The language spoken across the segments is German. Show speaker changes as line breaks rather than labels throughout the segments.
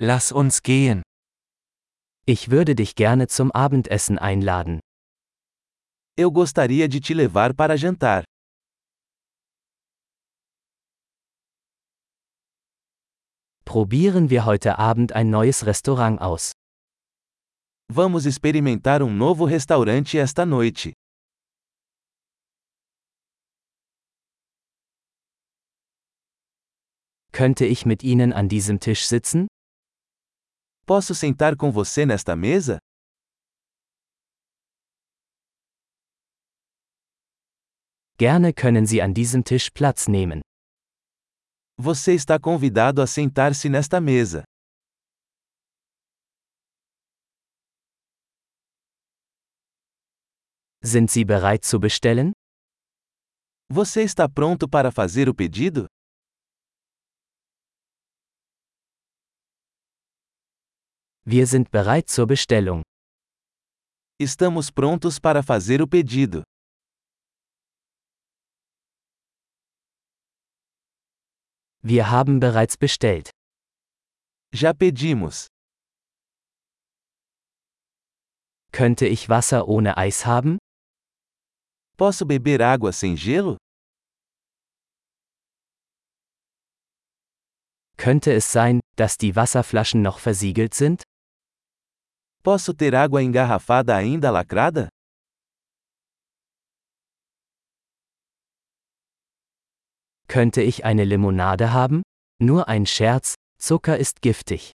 Lass uns gehen.
Ich würde dich gerne zum Abendessen einladen.
Eu gostaria de te levar para jantar.
Probieren wir heute Abend ein neues Restaurant aus.
Vamos experimentar um novo restaurante esta noite.
Könnte ich mit Ihnen an diesem Tisch sitzen?
Posso sentar com você nesta mesa?
Gerne können Sie an diesem Tisch Platz nehmen.
Você está convidado a sentar-se nesta mesa.
Sind Sie bereit zu bestellen?
Você está pronto para fazer o pedido?
Wir sind bereit zur Bestellung.
Estamos prontos para fazer o pedido.
Wir haben bereits bestellt.
Já pedimos.
Könnte ich Wasser ohne Eis haben?
Posso beber água sem gelo?
Könnte es sein, dass die Wasserflaschen noch versiegelt sind?
Posso ter água engarrafada ainda lacrada?
Könnte ich eine Limonade haben? Nur ein Scherz, Zucker ist giftig.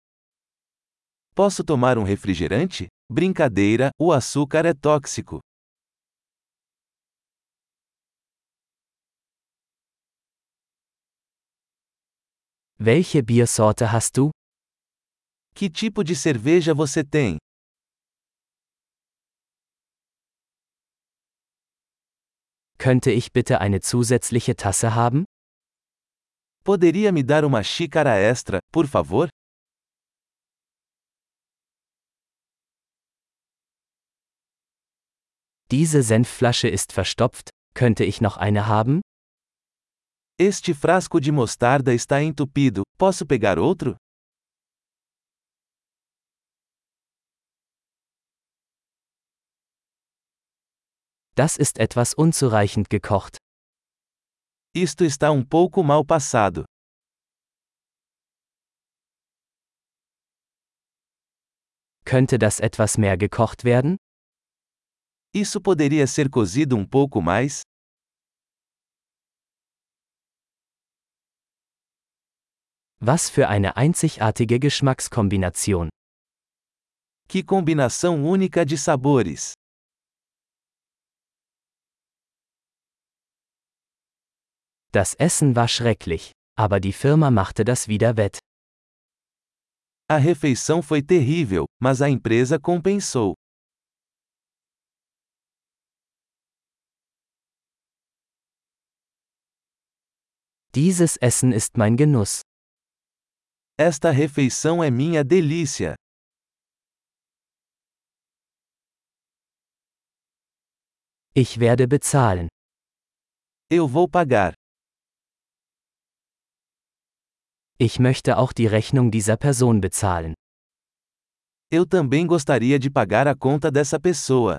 Posso tomar um refrigerante? Brincadeira, o açúcar é tóxico.
Welche Biersorte hast du?
Que tipo de cerveja você tem?
Könnte ich bitte eine zusätzliche Tasse haben?
Poderia me dar uma xícara extra, por favor?
Diese Senfflasche ist verstopft, könnte ich noch eine haben?
Este frasco de mostarda está entupido. Posso pegar outro?
Das ist etwas unzureichend gekocht.
Isto está um pouco mal passado.
Könnte das etwas mehr gekocht werden?
Isso poderia ser cozido um pouco mais?
Was für eine einzigartige Geschmackskombination.
Que combinação única de sabores!
Das Essen war schrecklich, aber die Firma machte das wieder wett.
A refeição foi terrível, mas a empresa compensou.
Dieses Essen ist mein Genuss.
Esta refeição é minha delícia.
Ich werde bezahlen.
Eu vou pagar.
Ich möchte auch die Rechnung dieser Person bezahlen.
Eu também gostaria de pagar a conta dessa pessoa.